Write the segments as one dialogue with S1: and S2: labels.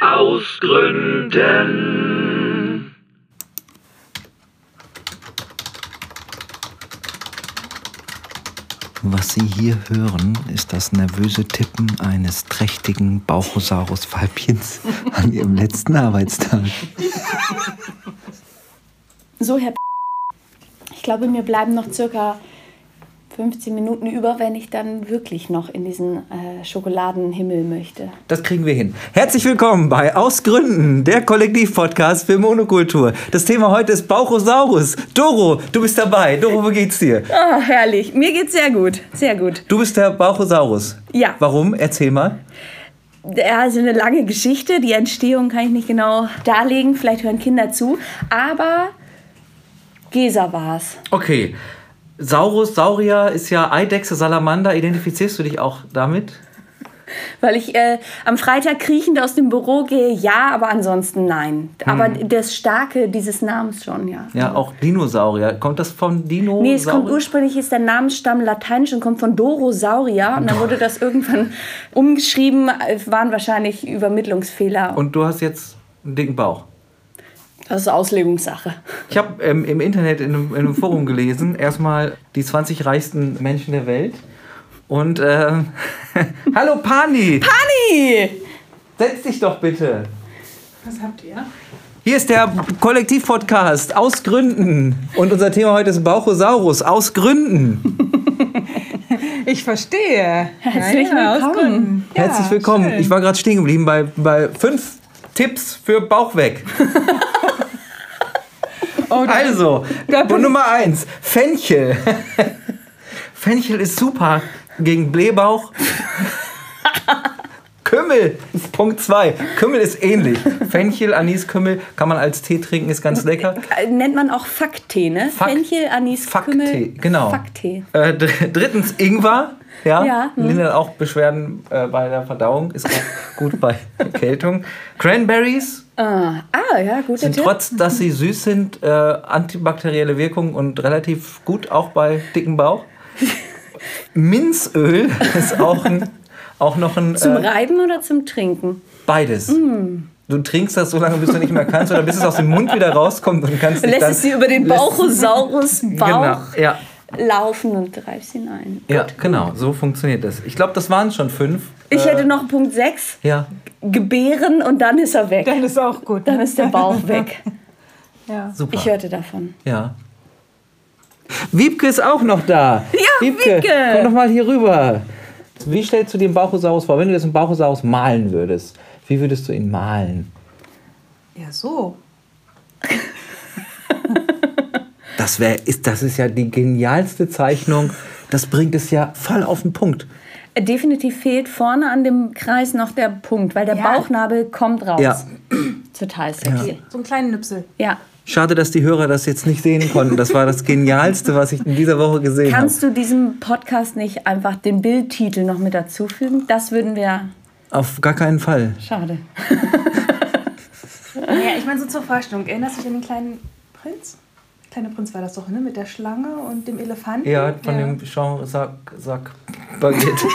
S1: aus Gründen.
S2: Was Sie hier hören, ist das nervöse Tippen eines trächtigen Bauchosaurus Falbiens an ihrem letzten Arbeitstag.
S3: So, Herr P- ich glaube, mir bleiben noch circa 15 Minuten über, wenn ich dann wirklich noch in diesen äh, Schokoladenhimmel möchte.
S2: Das kriegen wir hin. Herzlich willkommen bei Ausgründen, der Kollektivpodcast für Monokultur. Das Thema heute ist Bauchosaurus. Doro, du bist dabei. Doro, wie geht's dir?
S4: Oh, herrlich. Mir geht's sehr gut. Sehr gut.
S2: Du bist der Bauchosaurus.
S4: Ja.
S2: Warum? Erzähl mal.
S4: Ja, also eine lange Geschichte. Die Entstehung kann ich nicht genau darlegen. Vielleicht hören Kinder zu. Aber Gesa war's.
S2: Okay. Saurus, Saurier ist ja Eidechse, Salamander. Identifizierst du dich auch damit?
S4: Weil ich äh, am Freitag kriechend aus dem Büro gehe, ja, aber ansonsten nein. Aber das Starke dieses Namens schon, ja.
S2: Ja, auch Dinosaurier. Kommt das von Dino?
S4: Nee, es kommt ursprünglich, ist der Namensstamm lateinisch und kommt von Dorosauria. Und dann wurde das irgendwann umgeschrieben, äh, waren wahrscheinlich Übermittlungsfehler.
S2: Und du hast jetzt einen dicken Bauch.
S4: Das ist Auslegungssache.
S2: Ich habe ähm, im Internet in einem, in einem Forum gelesen, erstmal die 20 reichsten Menschen der Welt. Und ähm, hallo Pani,
S4: Anni!
S2: setz dich doch bitte.
S5: Was habt ihr?
S2: Hier ist der Kollektivpodcast aus Gründen. Und unser Thema heute ist Bauchosaurus aus Gründen.
S5: Ich verstehe.
S4: Herzlich
S5: aus
S4: willkommen.
S5: Gründen. Ja,
S2: Herzlich willkommen.
S5: schön.
S2: Ich war gerade stehen geblieben bei, bei fünf Tipps für Bauch weg.
S5: Oh, da-
S2: Also,
S5: Da bin-
S2: Punkt Nummer eins, Fenchel. Fenchel ist super gegen Blähbauch. Kümmel ist Punkt zwei. Kümmel ist ähnlich. Fenchel, Anis, Kümmel kann man als Tee trinken, ist ganz lecker.
S4: Äh, nennt man auch Facktee, ne?
S2: Fakt-
S4: Fenchel, Anis,
S2: Facktee,
S4: Kümmel.
S2: genau.
S4: Facktee.
S2: Äh, dr- drittens Ingwer. Ja,
S4: Ja, hm.
S2: lindert auch Beschwerden äh, bei der Verdauung, ist auch gut bei Erkältung. Cranberries
S4: Ah, ah, ja, guter
S2: sind
S4: Tipp.
S2: trotz, dass sie süß sind, äh, antibakterielle Wirkung und relativ gut auch bei dicken Bauch. Minzöl ist auch, ein, auch noch ein
S4: Zum Mm.
S2: äh,
S4: Reiben oder zum Trinken?
S2: beides. Du trinkst das so lange, bis du nicht mehr kannst oder bis es aus dem Mund wieder rauskommt und kannst
S4: Du
S2: dich
S4: lässt
S2: dann,
S4: es dir über den
S2: lässt-
S4: Bauchosaurus
S2: Genau,
S4: Bauch
S2: ja,
S4: laufen und reibst ihn ein.
S2: ja, genau, so funktioniert das. Ich glaube, das waren schon fünf.
S4: Ich
S2: Äh,
S4: hätte noch Punkt 6,
S2: ja,
S4: gebären und dann ist er weg.
S5: Dann ist auch gut. ne?
S4: Dann ist der Bauch weg.
S5: ja.
S2: super.
S4: Ich hörte davon.
S2: Ja. Wiebke ist auch noch da. Ja,
S4: Wiebke.
S2: Komm doch mal hier rüber. Wie stellst du dir einen Bauchosaurus vor, wenn du jetzt einen Bauchosaurus malen würdest? Wie würdest du ihn malen?
S5: ja, so.
S2: Das, wär, ist, das ist ja die genialste Zeichnung. Das bringt es ja voll auf den Punkt.
S4: Äh, Definitiv fehlt vorne an dem Kreis noch der Punkt, weil der
S5: Ja.
S4: Bauchnabel kommt raus.
S2: Ja.
S4: Total sexy.
S5: So einen kleinen Nüpsel.
S4: ja.
S2: Schade, dass die Hörer das jetzt nicht sehen konnten. Das war das Genialste, was ich in dieser Woche gesehen habe.
S4: Kannst du diesem Podcast nicht einfach den Bildtitel noch mit dazufügen? Das würden wir.
S2: Auf gar keinen Fall.
S4: Schade.
S5: Ja, ich meine, so zur Vorstellung. Erinnerst du dich an den kleinen Prinz? Kleiner Prinz war das doch, ne? Mit der Schlange und dem Elefanten.
S2: Ja, von dem Jean Sack, Sack Baguette.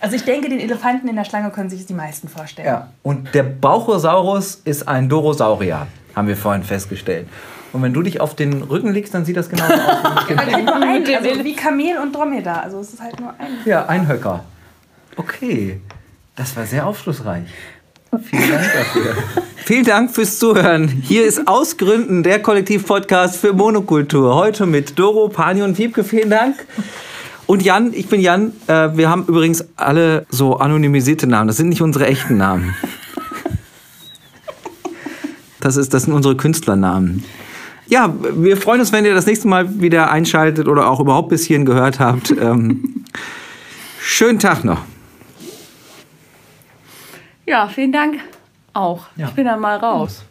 S5: Also ich denke, den Elefanten in der Schlange können sich die meisten vorstellen.
S2: Ja, und der Bauchosaurus ist ein Dorosaurier, haben wir vorhin festgestellt. Und wenn du dich auf den Rücken legst, dann sieht das genau genauso aus.
S5: Nur ein, also wie Kamel und Dromedar. Also es ist halt nur ein.
S2: ja, ein Höcker. Okay, das war sehr aufschlussreich. Vielen Dank dafür. Vielen Dank fürs Zuhören. Hier ist Ausgründen der Kollektivpodcast für Monokultur. Heute mit Doro, Pani und Wiebke. Vielen Dank. Und Jan, ich bin Jan. Äh, Wir haben übrigens alle so anonymisierte Namen. Das sind nicht unsere echten Namen. Das, ist, das sind unsere Künstlernamen. Ja, wir freuen uns, wenn ihr das nächste Mal wieder einschaltet oder auch überhaupt bis hierhin gehört habt. Ähm, schönen Tag noch.
S4: Ja, vielen Dank. Auch.
S2: Ja.
S4: Ich bin dann mal raus.